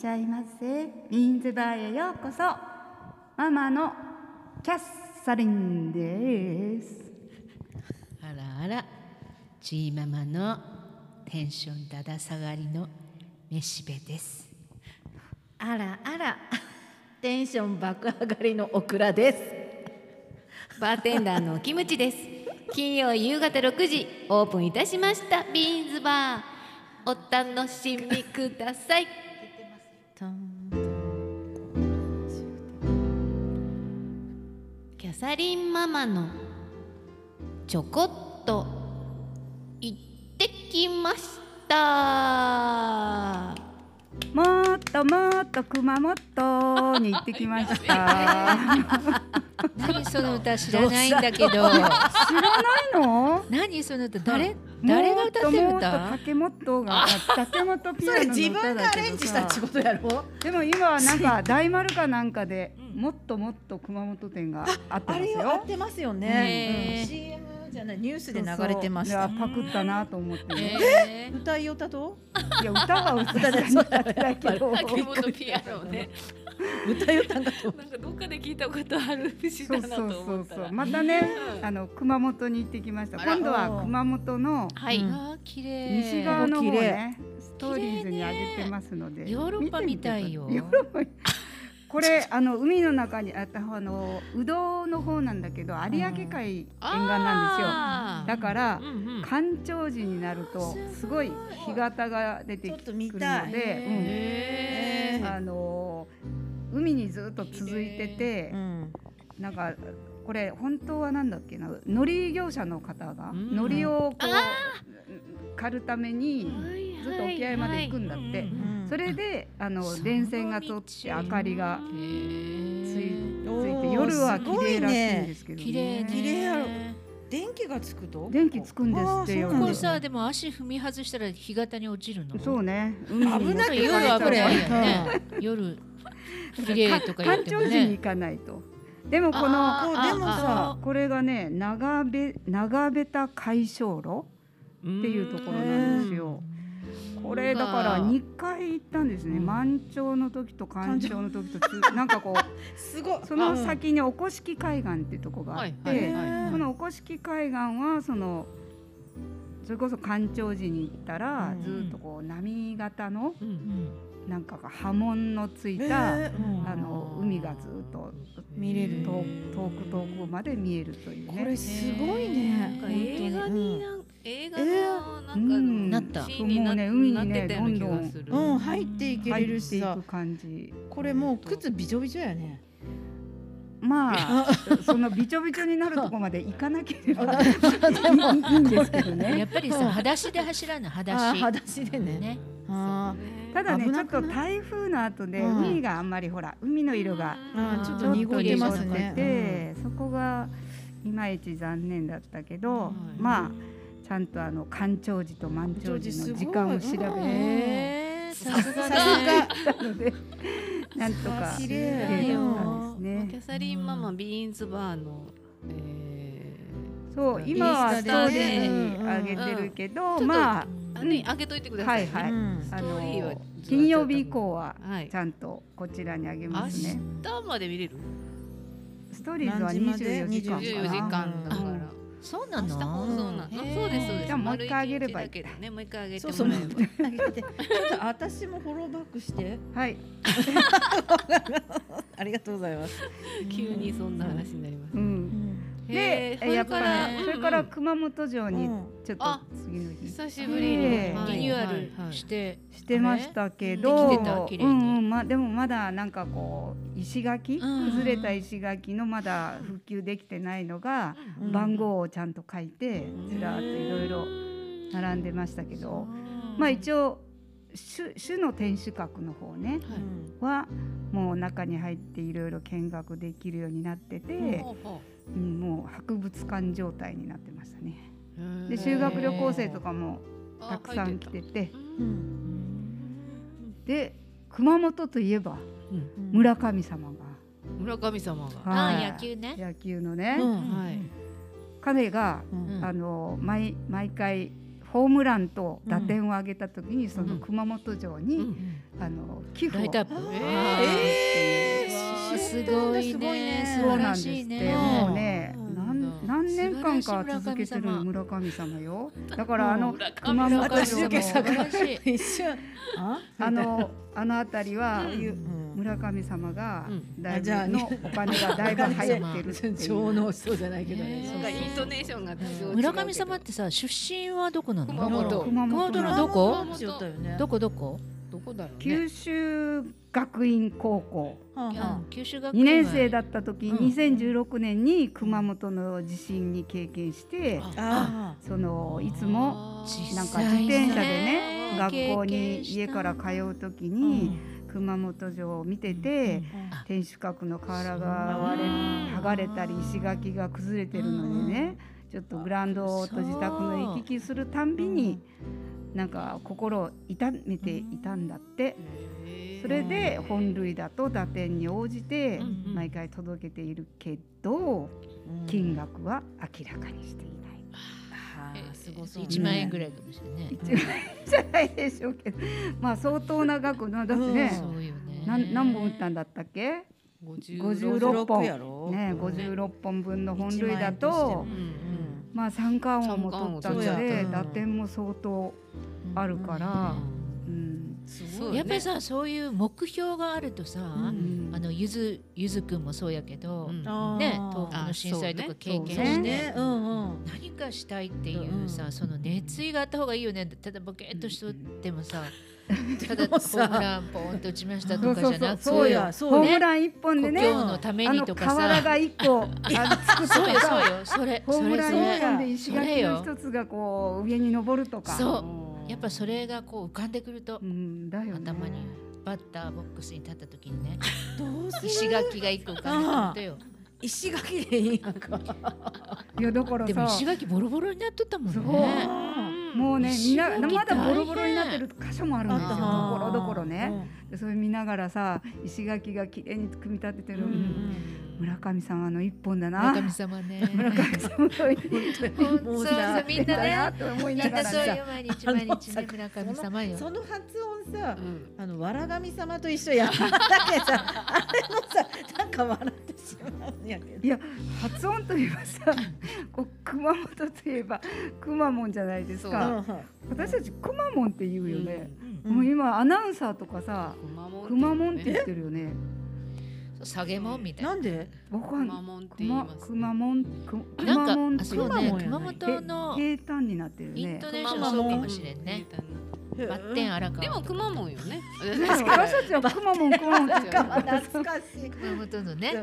ざいませミーンズバーへようこそママのキャッサリンですあらあらちーママのテンションだだ下がりのめしべですあらあらテンション爆上がりのオクラですバーテンダーのキムチです金曜夕方6時オープンいたしましたビーンズバーお楽しみくださいキャサリンママのちょこっと行ってきましたもっともっと熊本に行ってきました何その歌知らないんだけど知らないの何その歌誰誰が歌ってるもっともっと竹本歌が竹本ピそアれノの歌だけどさ自分がアレンジしたってことやろでも今はなんか大丸かなんかでもっともっと熊本店があってあますれよ合ってますよねえね、うん CM じゃないニュースで流れてましそうたそういやパクったなと思って、え歌いよたといや歌は歌だに歌ってないけど竹本ピアノね歌いよたんだとなんかどっかで聞いたことある節そだうなそうとそ思っうたそうらまたねうんあの熊本に行ってきましたあら今度は熊本のはい、うんー、綺麗西側の方ねストーリーズに上げてますので、ヨーロッパみたいよ見てみてくださいヨーロッパこれあの海の中にあったあのうどんの方なんだけど有明海沿岸なんですよだからら、うんうん、干潮時になるとすごい干潟が出てちくょっると見たのいで、うんへーあのー海にずっと続いてて、うんなんかこれ本当はなんだっけな海苔業者の方がうん海苔をこう狩るためにずっと沖合まで行くんだって、うんそれであのその電線が通って明かりがへついつーいて夜は綺麗らしいんですけど、ね綺麗ね綺麗やろ電気がつくと電気つくんですってよあーそうなんこだれさでも足踏み外したら干潟に落ちるのそうね海に危なくない夜は危これないよね夜綺麗とか言っ干ても潮時にね行かないとでもこのあこーうでもさこれがね長べ長べた海小路っていうところなんですよ。これだから2回行ったんですね、うん満潮の時と干潮の時と つなんかこうすごいその先におこしき海岸っていうとこがあって、はいはいそのおこしき海岸はそのそれこそ干潮時に行ったら、うんずっとこう波型のうんうんなんかが波紋のついえた、ーうんあの海がずっと見れる遠遠く遠くまで見えるというこね。れすごいねなんか映画になん、映画のなうんかのんなったシーンになもうね海にねなってたような気がする。うん入っていけ入れっるてしいさく感じこれもう靴びちょびちょやねまあそのびちょびちょになるとこまで行かなければいいいいん ですけどやねっぱりうんさ裸足で走らない裸あー足裸足でねねあ ただね危ちょなっくとない台風の後でうん海があんまりほら海の色がーあーちょっちとょっと濁ってます濁っねててそこがいまいち残念だったけうどんまあちゃんとあの干潮時と満潮時の時間を調べ干潮時すごいうんてへーさすさがすだがたの でなんとか綺綺麗麗だったよんですキねャサリンママビーンズバーの、えそう今はストーリーにうんうん上げてるけどうんまあー、あれ開けといてくださいね。はいはいうんストあーリーはの金曜日以降ははいち。ゃんとこちらにあげ明ますね。日まで見れる？ストーリーズは何時まで24時間十かな。四時間だかうんら。そうな明の日放送なの。あへーそうですそうです。じゃあもう一回あげればいい丸一日だけどね。もう一回あげてそうそうもらえば。あげてちょっと私もフォローバックしてはい。ありがとうございます急にそんな話になりますう。ん。でへ、ーやっぱりそそれれかかららうんうん熊本城にうんちょっとあ次の日久しぶりにねえはいリニューアルはいはいしてしてましたけあど、れできてた綺麗うにんうんまでもまだなんかこう石垣うん崩れた石垣のまだ復旧できてないのがうん番号をちゃんと書いてずらーっといろいろ並んでましたけど、まあ一応種種の天守閣の方ね。はいはもう中に入っていろいろ見学できるようになってて、ほうほうんもう博物館状態になってましたね。うでへー修学旅行生とかもたあくさん来て入ってたううんんで熊本といえばうん村神様村神様が。が、はあい野球ね野球のね、うんはい。彼が、うんあの毎毎回ホームランと打点を上げた時に、そうのん熊本城に、うんあの記寄付ラをイトアップ。えーわえーーすごいすごいねね。素そう晴なんらですしいって、ね。もうねなん何だ何年間か素晴らしい続けてる村神様村神様よだからあの村神熊様野私神だけ社下のが素晴らし一瞬ああのあの辺りはうんうん村神様がうだいあじゃあぶのお金がだいぶ入ってるってい超う能人じゃないけどねね。そななんうんかかイインントトネネーションが村上様ってさ出身はどこなの？熊本熊熊本本ののどこ？熊本だよねどこどこ？どこだろうね九州学院高校はあはあ九州学2院は年生だった時、うん2016年に熊本の地震に経験してあそのいつも実なんか際自に転車でねね学校に経験した家から通う時あ。うんに熊本城を見てて、うん天守閣の瓦が割れ剥がれたり石垣が崩れてるのでね、ちょっとグラウンドと自宅の行き来するたんびに、なんか心を痛めていたんだって、それで本塁打と打点に応じてうんうん毎回届けているけど、うん金額は明らかにしていない。あーすごそうね一万円ぐらいかもしれないね。一番じゃないでしょうけど、まあ相当な額なだってね、そうよね。なん何本打ったんだったっけ？56本やろね、56本分の本塁打とうう。んうんまあ三冠王も取ったの三冠王でそうや打点も相当あるから、うんすそごういねやっぱりさそういう目標があるとさ、んあのゆずゆずくんもそうやけど、うんねあー東北の震災とか経験しそうて、ねうんうん何かしたいっていうさ、うんその熱意があった方がいいよねただボケっとしとってもさ、たでだホもーさムランポンと打ちましたそとうかそうじそうゃなくてそうよ、そうホよームラン一本で故ね郷のためあにのとかさ瓦が一 個あのつくそとうかよそうよそれホーそムれラそン一本れで石垣の一つがこう上に登るとかそううんやっぱそれがこう浮かんでくると、うんだよね頭にバッターボックスに立った時にねどうする石垣が一個浮かんでくるとよ石垣でいいのかいやだからでもさ石垣ボロボロになっとったもんそねううんもうねみんな石垣まだボロボロ大変になってる箇所もあるんですよあとったころどころね、でそれ見ながらさ石垣が綺麗に組み立ててる、うん村上さんあの一本だな村上様ね村上さんの一本本も当うそうさみんなねと思いみなんがならそうさよ毎日毎日ね村上様よその発音さうんあのわらがみ様と一緒やったけどさあれもさなんか笑ってしまうんやけどいや発音といえばさこう熊本といえばくまモンじゃないですあか私たちくまモンって言うよね、もううん今アナウンサーとかさくまモンって言ってるよねそう下げもんみたいななんで僕はくまモンってく言いまますくまモンくくなんまかモンっあてそう熊ね本やな熊本の平坦になってるよインねトネーションそうかもしれんねバッテン荒川でもくまモンよね そう私たちはくまモンくまモンってなんか懐かしい熊本のうねん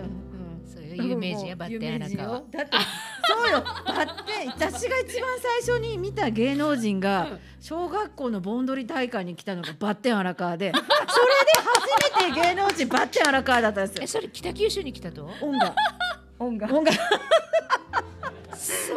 そういう有名人やバッテン荒川有名人よだってそうよバッテン私が一番最初に見た芸能人うんが小学校の盆踊り大会に来たのがバッテン荒川でそれで初めて芸能人バッテン荒川だったんでえすそれ北九州に来たとよ音楽音楽音楽そう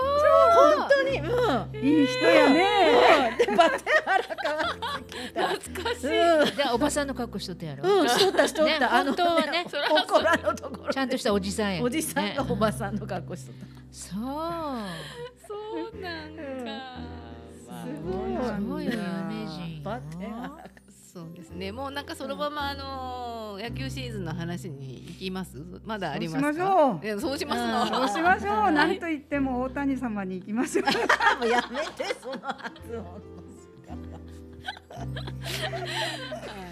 本当にうんうんいい人やねでバッテン荒川って聞いた懐かしいらじゃあおばさんの格好しとったやうんろうんしとったしとっねたあの本当はねお おこらのところちゃんとしたおじさんやおじさんがおねばさんの格好しとったそうそうなんかうんまあすごいすごいよ有うん名人バッテン荒川そうですねもうなんかそのままあの野球シーズンの話に行きますまだありまそうすかしましょういやそうしますうんのそうしましょう。なんと言っても大谷様に行きましょう。もうやめてその発音。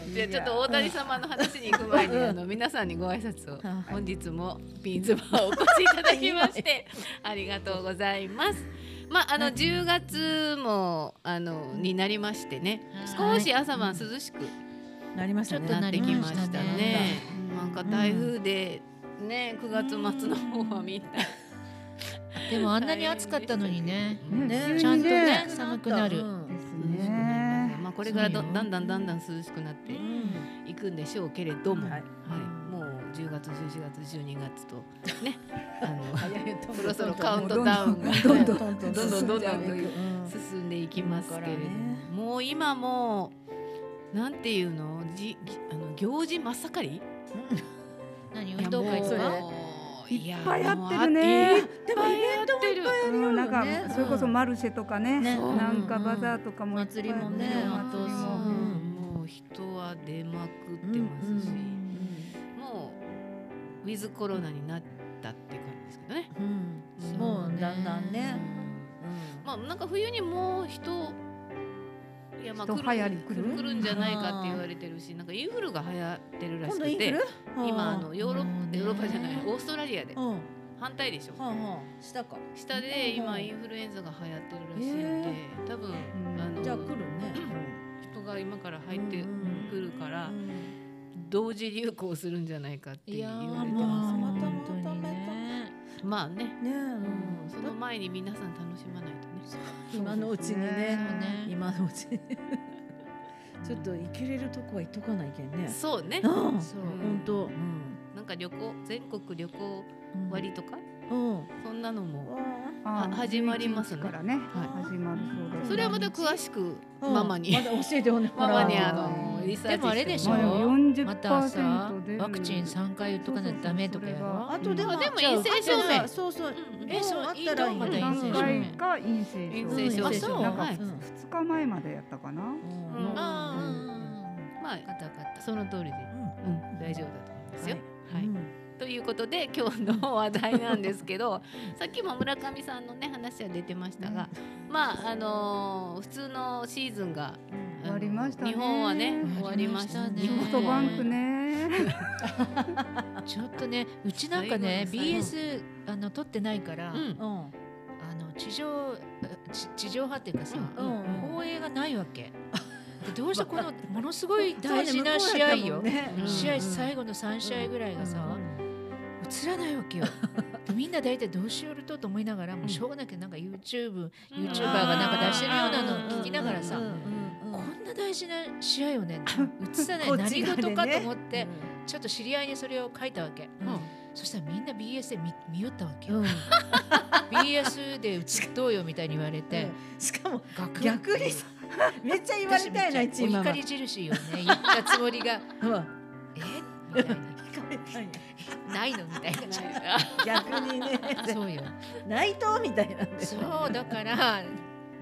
じゃあちょっと大谷様の話に行く前にあの皆さんにご挨拶をはい本日もピンズバーをお越しいただきましてありがとうございます。まああの10月もあのになりましてねは少いし朝晩涼しくなりましたね。ちょっとななってりきままししたねたね。うんなんか台風でね9月末の方はみんなでもあんなに暑かったのにねねちゃんとねね寒くなるです涼しくなりますねね。まあこれからどそうよだんだんだんだん涼しくなっていくんでしょうけれども、ははいい、もう10月11月12月とねあのそそろそろカウントダウンがどんどんどんどんどんどんどん進んでいきますけれども、もう今もうなんていうのじぎあの行事真っ盛り何運動会とそれかいいっぱいやってるねでもうあいっぱいやってるうんなんかねそれこそマルシェとかね、ねなんかバザーとかもいっぱい祭りもねお祭りあともうんもう人はが出まくってますし、うんもうウィズコロナになったって感じですけどね。うんもうだんだんね、まあなんか冬にもう人いやまあ人流行り来来るる来るんじゃないかって言われてるしなんかインフルが流行ってるら今し度イくンフてル今あのヨーロうんッパヨーロッパじゃないねオーストラリアでうんは反対でしょあはあしたか下で今インフルエンザが流行ってるらしいので多分んあのじゃあ来るね人が今から入ってうんくるからうん同時流行するんじゃないかって言われていやーますもけうど本当にねまあねねえうんそだの前に皆さん楽しまないとね今のうちにねそうですね今のうちに ちょっと行けれるとこは行っとかないけんねそうねうんそう本当なんか旅行全国旅行割とかうんうんそんなのもあーは始まりますね11日からね、は始まるそうです。それはまた詳しくうんママにまだ教えてほねママにあのうんリサーでチしてもあれでしょまあでも40%またさ出るワクチン3回打っとかないとダメとかやろあとでもあでもじゃあ陰性証明あとさそうそううんえそうあったらいいまよだ陰性何証回明か陰性証陰性証明うんあそうなんかはいふ二日前までやったかな。うんうんあーうんま分かった分かっあたその通りでううん大丈夫だと思いますよはいうんということで今日の話題なんですけ どさっきも村上さんのね話は出てましたが、まああのー普通のシーズンがあの終わりましたね日本はね終わりました終わりましたね日ソ本フトバンクね。ちょっとねうちなんかね最後の最 BS あの撮ってないから、うんうんあの地上あち地上波っていうかさ、ううん放映がないわ けでどうしてこのものすごい大事な試合よ、うん試合最後の3試合ぐらいがさ、映らないわ けよでみんな大体どうしよるとと思いながらもうしょうがなくなんか YouTube、うん YouTuber がなんか出してるようなのを聞きながらさ、うんうんうんこんな大事な試合を ね映さない、こっち何側でね事かと思って、ちょっと知り合いにそれを書いたわけ、そしたらみんな BS で見見よったわ けよ、BS で映っとうよみたいに言われて、しかもガクン逆に さめっちゃ言われたいな一お位ママ怒り印よね言ったつもり がうんえみたい聞かれたいななないのみたい な逆にねそうよ内藤みたいなんでそうだから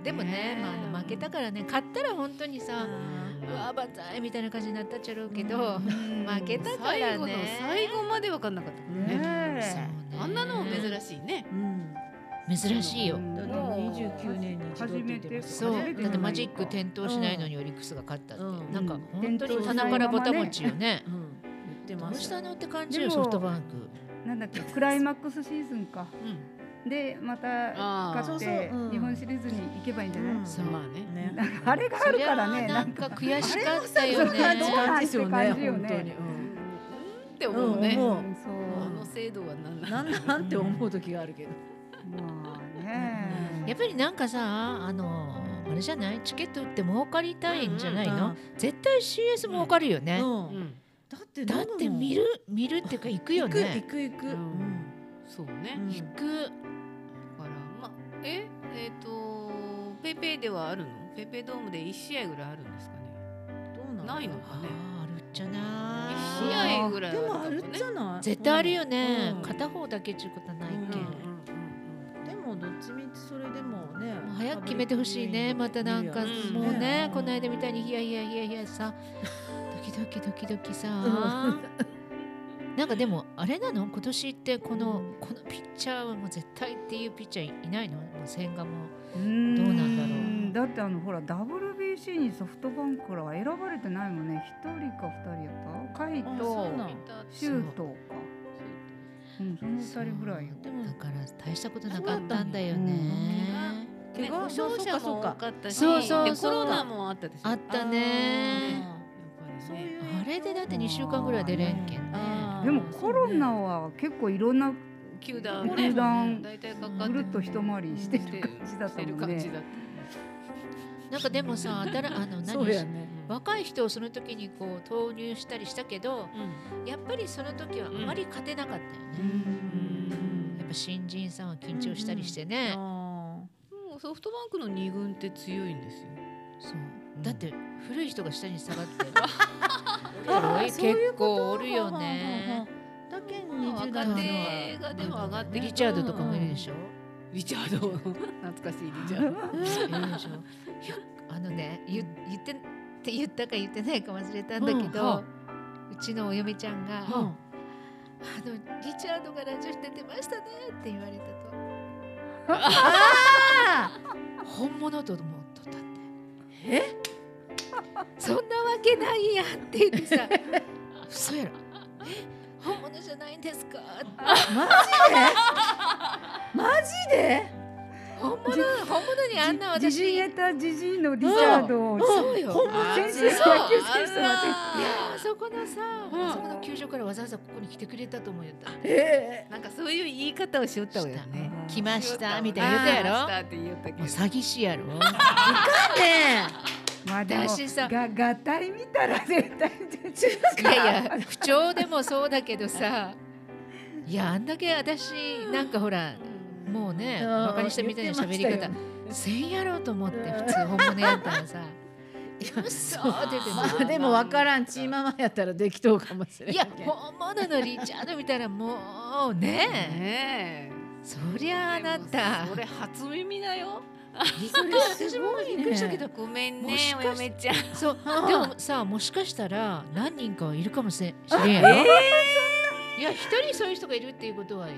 でもねねえまあ、負けたからね勝ったら本当にさうわバンザイみたいな感じになったっちゃろうけど、負けたか最ら後のね最後まで分かんなかったからねねあんなのも珍珍しいねうんしい珍しいえ。よだってもう29年に一度初め出てて。ますそようね初めだってじゃなマいかジック点灯しないのにオリックスが勝ったって、うんなんか本当に棚からぼたもちよねうん言ってどまうししたたのって感じよでもソフトバンクなんだっけクライマックスシーズンか。うんでまたああ勝っそうてそううん日本シリーズに行けばいいんじゃない？うんそうまあねねあれがあるからそりねゃななんんかか悔しかったそよんなね感じですよねって感じよ本ね当にうんって思うね、うん思うんそうあの制度は何うんななんなんて思う時があるけどまあね。やっぱりなんかさあのあれじゃないチケット売って儲かりたいんじゃないの、うん絶対 CS 儲かるよね、うの、んん、だってだって見る見るっていうか行くよ行く行ねく行くううんんそうね、うん行くだからまあええっ、とペイペイではあるのペイペイドームで1試合ぐらいあるんですかねどうなのないのかあねーあるっちゃな1い試合ぐらいでもかあるんじゃない絶対あるよね、うん片方だけっちゅうことはないうんけん、でもどっちみちそれでもねもう早く決めてほしいねまたなんか、うんもうね、うんこの間みたいにヒヤヒヤヒヤヒヤさドキドキドキドキさ、なんかでもあれなの今年ってこの、このピッチャーはもう絶対っていうピッチャーいないのもう千賀もどうなんだろうだってあのほら WBC にソフトバンクからは選ばれてないもんね一人か二人やった甲斐あとそうなん周東かうんその二人ぐらいよでもだから大したことなかったんだよね、怪我負傷者も多かったしそうそうでコそうロナもあったでしょあっやたねっぱそうりねいうあれでだって2週間ぐらい出れんけんねあーでもコロナは結構いろんな球団ね球団大体かかっぐてるっと一回りしてる感じだっしたてるもん感じねだったなんかでもさあたらあのそうや何ね若い人をその時にこう投入したりしたけどうんやっぱりその時はあまり勝てなかったよね、やっぱ新人さんは緊張したりしてね、あもうソフトバンクの二軍って強いんですよそううんだって古い人が下に下がってあー結構おるよねーだけんまあ20代若の手手がでも上がってきリチャードとかもいるでしょ、リチャード懐かしいリチャードいるでしょいやあのね言言ってって言ったか言ってないか忘れたんだけうんはど、うちのお嫁ちゃんが、うんあのリチャードがラジオして出ましたねって言われたと。本物と思っとったって。え？そんなわけないやんって言ってさ、嘘やろ。え本物じゃないんですかってマジで本物本物にあんなじじい私。ネタじじいのリチャードをそうよ。本物 先生野球そう選手とまいやーそこのさ、そこの球場からわざわざここに来てくれたと思うよった。えなんかそういう言い方をしよったわよね。来ましたみたい言な言ううたたやろ。やって言ったけろもう詐欺師やろー、ねまあでも私さが合体見たら絶対いやいや不調でもそうだけどさいやあんだけ私なんかほらもうねえバカにしたみたいな喋り言って方ましせんやろうと思って普通本物やったらさ嘘出てたよでも分からんチーママやったらできとうかもしれんいや本物のリチャード見たらもうねねそりゃあなたそれ初耳だよ。私もびっくりしたけどごめんもしね、かおして嫁ちゃん。そうでもさもしかしたら何人かはいるかもしれんやろいや一人そういう人がいるっていうことはよ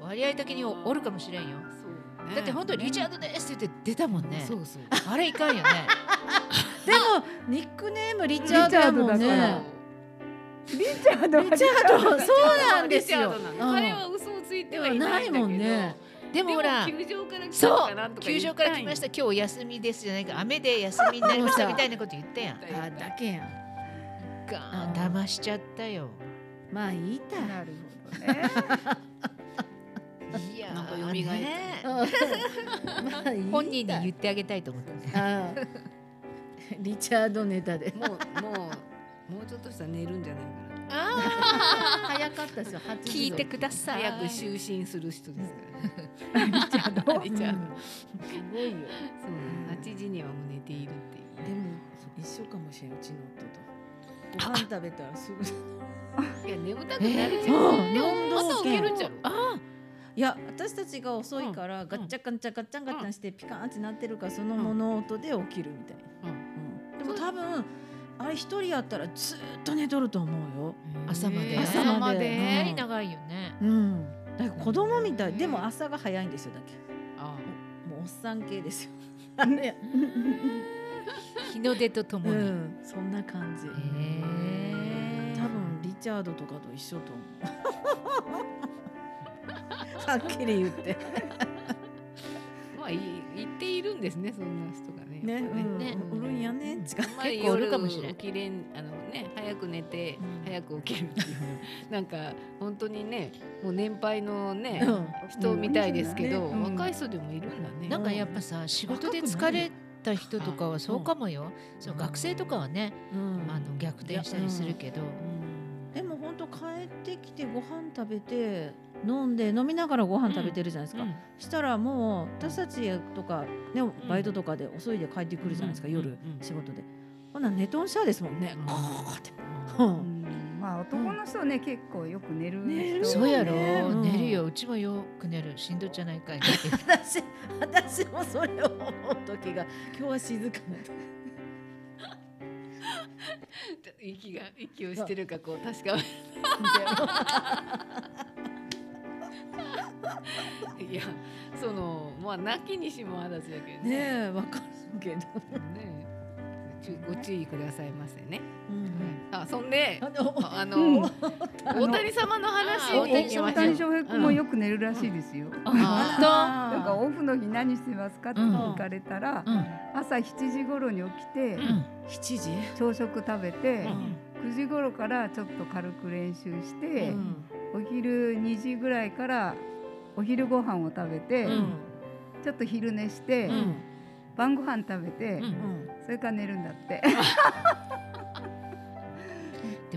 割合的におるかもしれんよだって本当にリチャードですって言って出たもんね。そうそう。あれいかんよね。でもニックネームリチャードやもんリチャードだからねリチャードはリチャードそうなんですよリチャードなうのん彼は嘘をついてでははいなないいんだけもど。んね。でもほらでも球場から来たのそかなとうか球場から来ました今日お休みですじゃないか雨で休みになりましたみたいなこと言ったやん。言いたいあだけやんガーンうん騙しちゃったよ。まあ言いたいなるほどねいやなんか蘇ーったねまあ言い たい本人に言ってあげたいと思ったね。ああリチャードネタでもうもうもうちょっとしたら寝るんじゃないかな。早かったですよ8時聞いてください。早く就寝する人ですから。頃リチャードうんすごいよそうね、8時にはもう寝ているっていう。でも一緒かもしれんうちの夫とご飯食べたらすぐいや眠たくなるじゃん。うんでも運動また起きるんじゃろ。いや私たちが遅いからガッチャガッチャガッチャガッチャしてピカーンってなってるからその物音で起きるみたいな、うんでも多分あれ一人やったらずーっと寝とると思うよ、朝まで。朝かなまでりうん長いよね。うん、だから子供みたい、うんでも朝が早いんですよだけあもうおっさん系ですよなんで日の出ととうもに。ん、そんな感じ、えー多分リチャードとかと一緒と思うはっきり言ってあまあい言っているんですねそんな人がね。ねやっぱうんねおるんやね近あんまり結構おるかもしれん夜起きれんあのね早く寝てうん早く起きるっていうなんか本当にねもう年配のねう、ん人みたいですけど、うん若い人でもいるんだね。なんかやっぱさ仕事で疲れた人とかはそうかもよ。そう学生とかはね、うんあの逆転したりするけど、でも本当帰ってきてご飯食べて飲んで飲みながらご飯食べてるじゃないですか、したらもう私たちとか、ね、バイトとかで遅いで帰ってくるじゃないですか、夜、仕事でほんなら寝とんしゃーですもんね、こーって、うんうん まあ男の人ね結構よく寝る寝る人そうやろ、うん寝るようちもよく寝るしんどっちゃないかいって私私もそれを思う時が今日は静かな息が息をしてるかこう確かめいやそのまあなきにしもあらずだけどね。ねえわかるけど、ねちゅご注意くださいませね。うん、あそんであのああの、うん大谷様の話あに行大きま谷しょう。翔平君もよく寝るらしいですよ。だあからオフの日何してますかって聞かれたらう、ん朝7時頃に起きてうん7時、朝食食べてう、ん9時頃からちょっと軽く練習してう、んお昼2時ぐらいからお昼ご飯を食べて、ちょっと昼寝して、晩ご飯食べて、うんそれから寝るんだって。で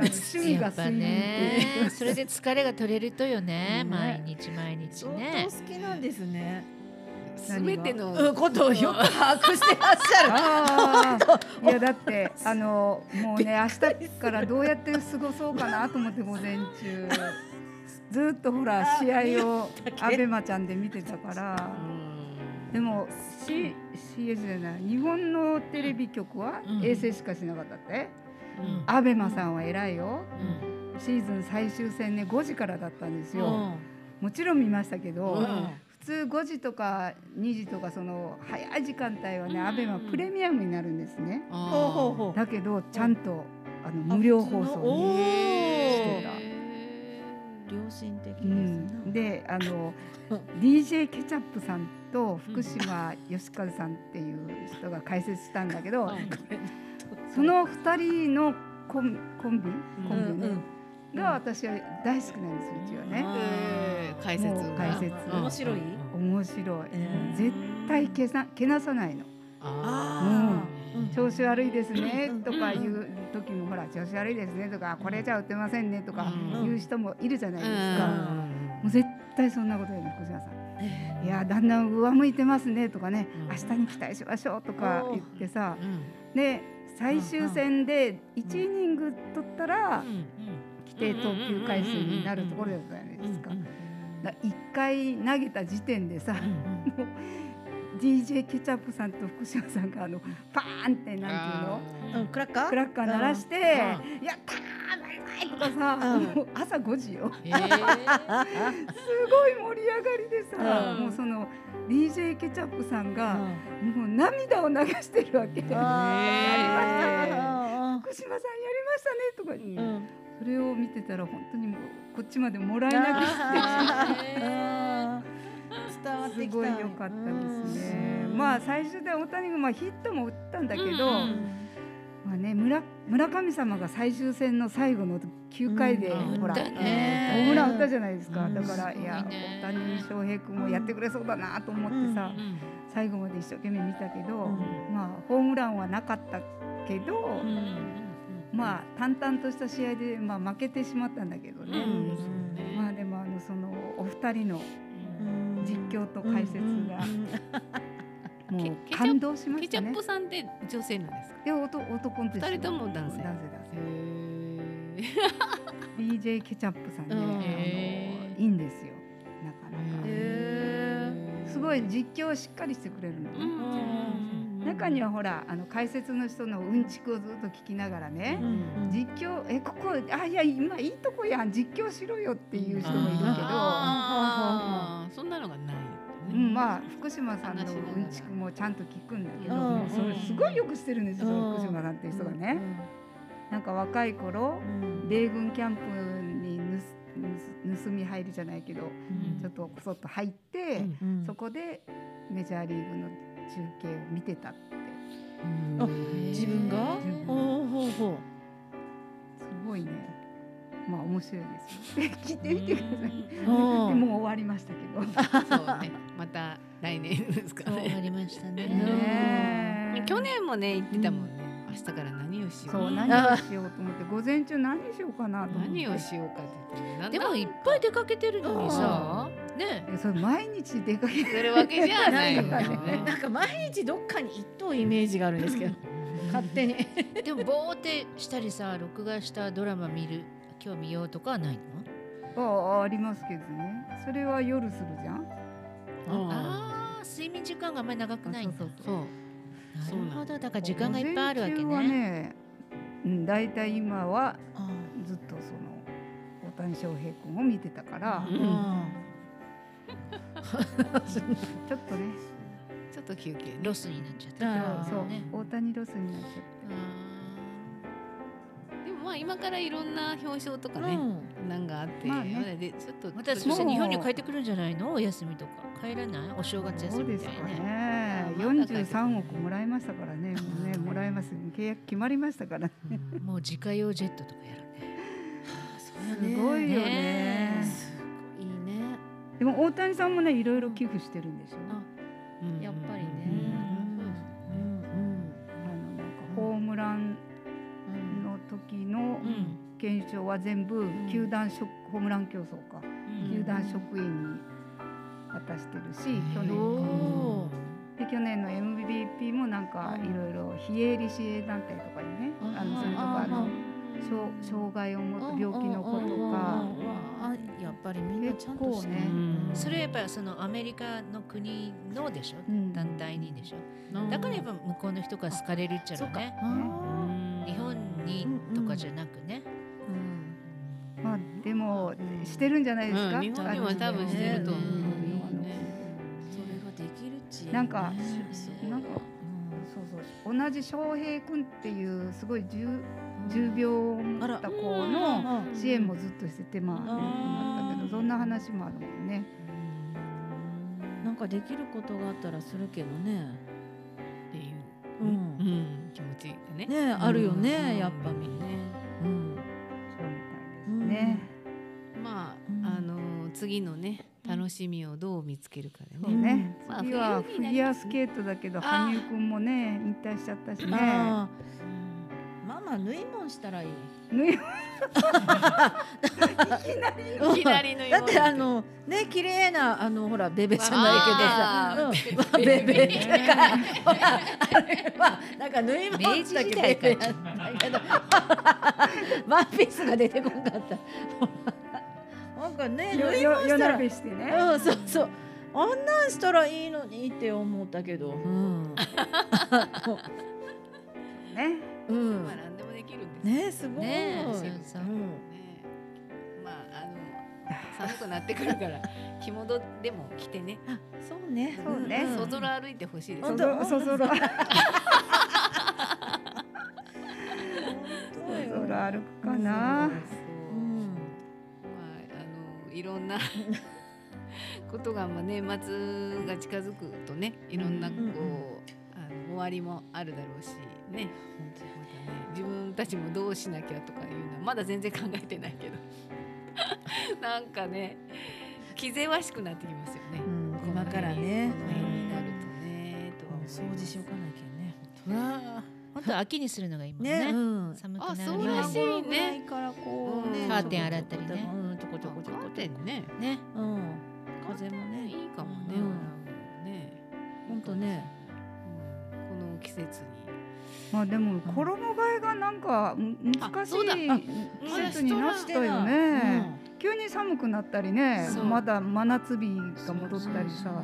あのも趣味やがっぱ睡眠っていうねそれで疲れが取れるとよね ね毎日毎日相ね当好きなんですね。すべてのうん、ことをよく把握してらっしゃる。ああ、いやだってあのもうね明日からどうやって過ごそうかなと思って午前中ずっとほら試合をアベマちゃんで見てたからうんでも C CS じゃない日本のテレビ局はうん衛星しかしなかったって、うんアベマさんは偉いようんシーズン最終戦ね5時からだったんですうよ、んもちろん見ましたけど、うん普通5時とか2時とかその早い時間帯はね、うんアベマプレミアムになるんですねほうほうほうだけどちゃんとあの無料放送におしてたーへー良心的ですう、なんであの DJ ケチャップさんと福島義和さんっていう人が解説したんだけど、その2人のコンコンビコンビね、が私は大好きなんですうちはね、へー解説もう解説うん面白面い白い、えー絶対けさけなさないのあーうん調子悪いですねうんとかいう時もほら調子悪いですねとかこれじゃ打てませんねとか言う人もいるじゃないですか、うんもう絶対そんなことやる福島さんいやだんだん上向いてますねとかね明日に期待しましょうとか言ってさで最終戦で1イニング取ったら規定投球回数になるところだったじゃないですか。だ1回投げた時点でさ、もう DJ ケチャップさんと福島さんがあのパーンってなんていうのうんクラッカークラッカー鳴らして「やったーバイバイ!」とかさ、うんもう朝5時よえーすごい盛り上がりでさ、うんもうその DJ ケチャップさんうが、んもう涙を流してるわけ。あーやりましたあー福島さんやりましたねとか言って、うんそれを見てたら本当にもうこっちまでもらい泣きしてあー伝わってすきたごい良かったですね。まあ最終で大谷君まあヒットも打ったんだけど、うんうんまあね村村神様が最終戦の最後の9回で、うんほら。だホねームラン打ったじゃないですか、うんだから、すごいいねや大谷翔平君もやってくれそうだなと思ってさ、最後まで一生懸命見たけど、うまあホームランはなかったけど、まあ淡々とした試合で、まあ、負けてしまったんだけどね、うんまあでもあのそのお二人のうん実況と解説がうんもケうケチャップ感動しまケしチたャねップ。さんって女性なんですかで男男の人二人とも男性男性へー DJ ケチャップさんね、うんあのへーいいんですよなかなか、へすごい実況をしっかりしてくれるのね、うん中にはほらあの解説の人のうんちくをずっと聞きながらね、うん実況えここあいや今いいとこやん実況しろよっていう人もいるけど、あーそんなのがないうん、まあ福島さんのうんちくもちゃんと聞くんだけど、うんそれすごいよくしてるんですよ、うん福島さんっていう人がね、なんか若い頃うん米軍キャンプに盗盗盗み入りじゃないけどちょっとこそっと入って、うんそこでメジャーリーグの中継を見てたってあ自分が自分がおーほうほすごいねまあ面白いですよ 聞いてみてくださいでうおーもう終わりましたけどそうねまた来年ですかそうねなりましたうんね。 ねえ去年もね言ってたもんね、明日から何をしようそう何をしようと思って午前中何しようかなと思って何をしようかって言ってでもいっぱい出かけてるのにさ、ねえそれ毎日出かけするわけじゃないよねないよねなんか毎日どっかに行っとうイメージがあるんですけど勝手にでもぼーってしたりさ録画したドラマ見る今日見ようとかはないのああありますけどねそれは夜するじゃんああ睡眠時間があんまり長くないんだそうなそうそうそうるなほんどだから時間がいっぱいあるわけ午前中はねねうん大体今はずっとその大谷翔平君を見てたから、うんちょっとねちょっと休憩ロスになっちゃっそうあーそう、ね大谷ロスになっちゃってでもまあ今からいろんな表彰とかうね、んなんかあって、まあねでちょっとたまたそもうして日本に帰ってくるんじゃないのお休みとか帰らないお正月そ休うみでみすたかいねね。ま43あ億もらいましたからね。もうね、もらいますよ。契約決まりましたからね。もう自家用ジェットとかやるねすごいよね。ねいいねでも大谷さんもね、いろいろ寄付してるんでしょ。あうんやっぱりねうんあのなんかホームランの時のうん検証は全部球団職、ホームラン競争か、うん球団職員に渡してるし、去う年んか。おで去年の MVP もなんかいろいろ非営利支援団体とかにね、あのそれとかあのうん障障害を持つ病気の子とかあやっぱりみんな結ちゃんと構してね、それはやっぱりそのアメリカの国のでしょ、うん団体にでしょだからやっぱ向こうの人が好かれるっちゃろうねあ日本にとかじゃなくね、ーうんまあでもしてるんじゃないですか、うん、日本には多分してると思ううんね。それができるっちなんかそうなんかうんそうそう同じ翔平君っていうすごい重重病を持った子のあ支援もずっとしててまあ、ね、あーあったけどそんな話もあるもんね。なんかできることがあったらするけどね。っていう、うう。んん、気持ちがね。ねあるよね、やっぱみみんんな。な。うん。そうみたいですね。まうんあ、あの次のね楽しみをどう見つけるかでそうね。ねまあ次はフ冬になィりギュアスケートだけどあー羽生君もね引退しちゃったしね。ああ。ママ縫いもんしたらいい。ねいきなりの だってあのね綺麗なあのほらベベじゃないけどさ、うん、ベベだからほらあれはなんか縫い物明治時代かベベなんだけどワンピースが出てこんかった。ほらなんかねよ縫いよ物し夜たら鍋してね。うん、そうそう。あんなんしたらいいのにって思ったけど。うん。ね。 うんまあ、。何でもできるんですね。ねえ、すごねい。えうそうんそうねまああの寒くなってくるから着物でも着てね。そうね。そうねんそぞろ歩いてほしいです。そ本ぞ当ろそぞろそそうよぞろ歩くかな。うそん。うまああのいろんなことがまあ年末が近づくとね、いろんなこう、うんあの終わりもあるだろうしね。またね自分たちもどうしなきゃとかいうのはまだ全然考えてないけどなんかね気ぜわしくなってきますよねう。ん今からね。この辺になるとねとはう思いんます掃除しようかなきゃね。本当は秋にするのがいいもんね。ねうん。寒くなあるそうねらしいね今頃ぐらいからこううね。んカーテン洗ったりねうん、ちょこちょこちょこカーテンねねうん。風もいね。いかもね、洗うんうのね本当ね。うんこの季節にまあでも衣替えがなんかむ難しいそうだあ季節になったよね。急に寒くなったりねそうまだ真夏日が戻うん。ったりさ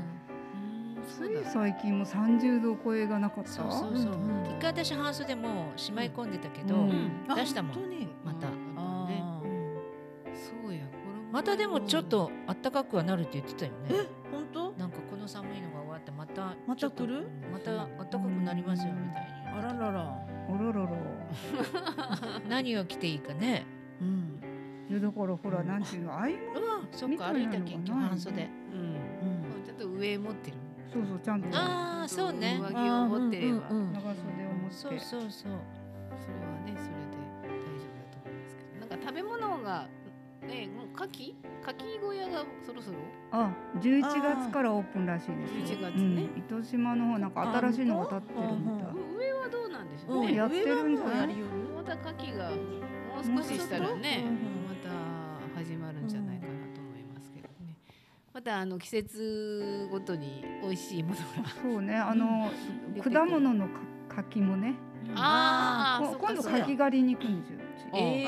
そつういだ最近も30度超えがなかったそうそうそううん一回私半袖もうしまい込んでたけうどんあ出したも本ん当に。またうんねあーそうや衣またでもちょっと暖かくはなるって言ってたよね本当？なんかこの寒いのが終わってまたまたちょっと来るまた暖かくなりますよみたいにあららら。おろろろ何を着ていいかねうん。でだからほらなんていうのあいもうわそっみかた歩いいなのがたない研究半袖うんうんもうちょっと上持ってるそうそうちゃんと長ああそうね上着を持ってれば、あーうんうんうん袖を持ってそうそうそうそれはねそれで大丈夫だと思いますけどなんか食べ物がねもう牡蠣牡蠣小屋がそろそろあ11月からオープンらしいですよ11月ねうん糸島の方なんか新しいのが建ってるみたあい上向はどうなんでしょううんね、やってるんじゃない上はもうやりよるまた牡蠣がもう少ししたらねもうまた始まるんじゃないかなと思いますけどねまたあの季節ごとに美味しいものがそうねあの果物のか柿もねあこ今度柿狩りに行くんですようちえ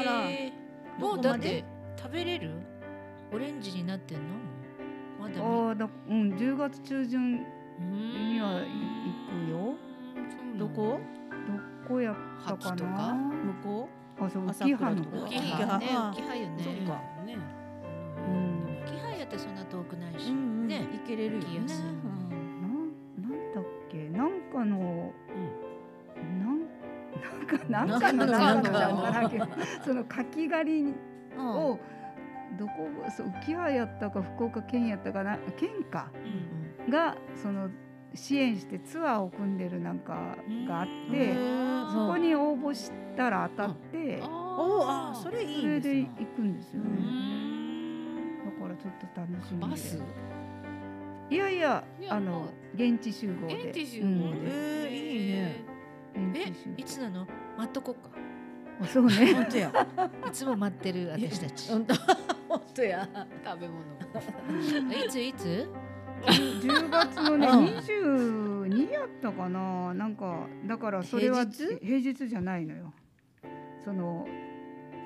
えー、どもこうまでだって食べれるオレンジになってんのまだああだうん10月中旬には行くよどこ？どこやったか柿となか向こあそう朝浮倉羽とのこかと大かき浮い羽葉ねあ大きい葉よねそっかねうん気配やってそんな遠くないし、う？うんうん。ね行けれるよ行きやねすい。なんなんだっけなんかの、なんなんかなんかなんのかのなんかのななんんかのかのその柿狩りうんうんをどこそう浮羽やったか福岡県やったかな県かがその支援してツアーを組んでるなんかがあって、うんそこに応募したら当たって、おおあーそれいそいれんでで行くんですよね。だからちょっと楽しみで。バスいやいや、いやあもの現地集合で。現地集う合んでえーいいね現え地集いつなの待っとこうか合。そうすね。ね。本当や。いつも待ってる私たち本当本当や。食べ物 いついつ10月のね、うん22やったかな。なんかだからそれは平日平日じゃないのよ。その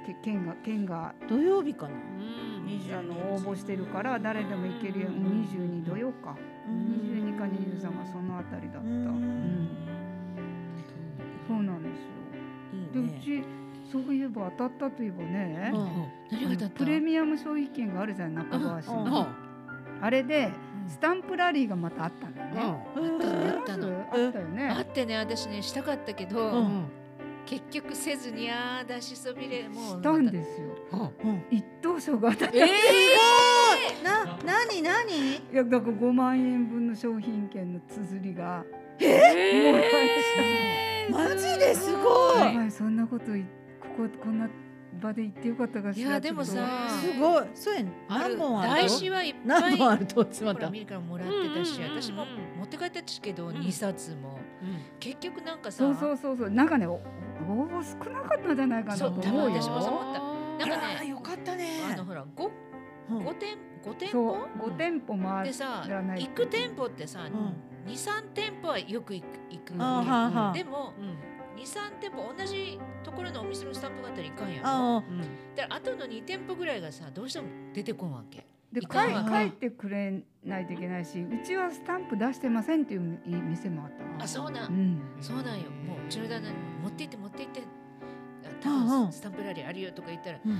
け県が県が土曜日かな。うん22あの応募してるから誰でも行けるように22土曜か22か23がそのあたりだった、ううんんそうなんですよでいいねうちそういえば当たったといえばね、うん何がだあのったプレミアム消費券があるじゃない中川市うんのうんあれでスタンプラリーがまたあったんだよね、あっあたののあったよあっねてね私ねしたかったけど、うん結局せずにあー出しそびれもうしたんですようん一等賞が当たった、えーい な、なになに。やだから5万円分の商品券の綴りがもらえたマジですごやい。ばいそんなこといこここんな場で言ってよかったかしらいやでもさちょっすごい。そうやん。あ何る本ある来。週はいっぱ何い本あると集まほっらた。見るからもらってたし、うんうんうんうん私も持って帰ったけどん2冊も、結局なんかとさそうそうそうそうなんかねお応募少なかったんじゃないかなとそう思う多分よ私もそう思ったなんかあらねよかったね。あのほら 5, うん5店五店そう舗五店舗回でってさやらない行く店舗ってさ、うん二三23店舗はよく行く行くあはあはあでも23店舗同じところのお店のスタンプがあったらいかんやんあだから後の2店舗ぐらいがさどうしても出てこんわけで行帰かない帰ってくれないといけないしうちはスタンプ出してませんっていういい店もあったのあそうな、うんんそうなんよもううちの旦那に持って行って持って行ってあう多んう分んスタンプラリーあるよとか言ったらうん。もう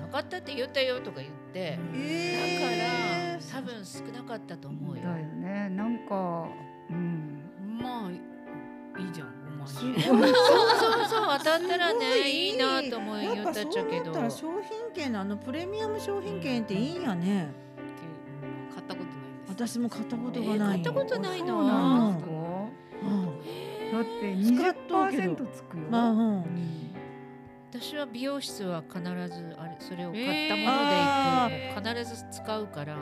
なかったって言ったよとか言ってだからええ。多分少なかったと思うよだよねなんかうんまあいいじゃんお前すそうごいそうそう当たったらすごねいいなと思うよやっ言っぱたそっちゃうけなどったら商品券のあのプレミアム商品券っていいんやね。買ったことないんです私も買ったことえがーな買い。ったことないそうのなんですかうんだって使っとうけど20%つくよまあう。うんん私は美容室は必ずあれそれを買ったものでえ行く、必ず使うから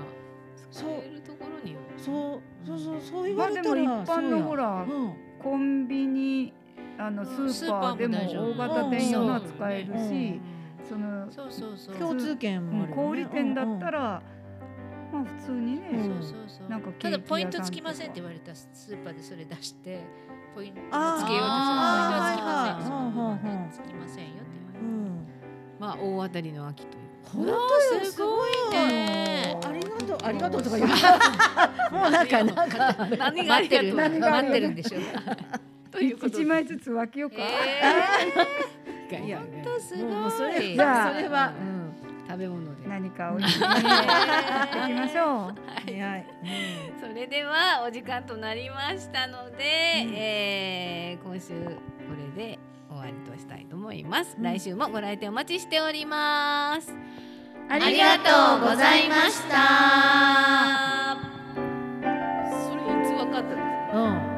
そういうところにそうそうそうそう言まわあれでたもら。一般のほらそうや。うん。コンビニあのスーパーでもス大ーパーも大丈夫型店用のは使えるうんそうしねそのそうそうそう共通券もあるよね。小売店だったら。らまあ普通にねうそんうそうそうなんかケーキた屋さんだとかポイントつきませんって言われたスーパーでそれ出してポイントをつあーけようとしたらあーポイントはつきませんその部分はつきまはいはいうんうんうんせんよって言われうてん。まあ大当たりの秋という本当よすごいねありがとうありがとうとか言う。 もうなんかなんか。何待ってる何があ待るってるんでしょうということ 一枚ずつ分け ようか、えがいやー、ほんとすごいもうもうそれじゃあそれはう。ん食べ物で何かおいしいものを持ってきましょう早 い。それではお時間となりましたので、えー今週これで終わりとしたいと思います、うん来週もご来店お待ちしておりますありがとうございましたそれいつわかったのうん。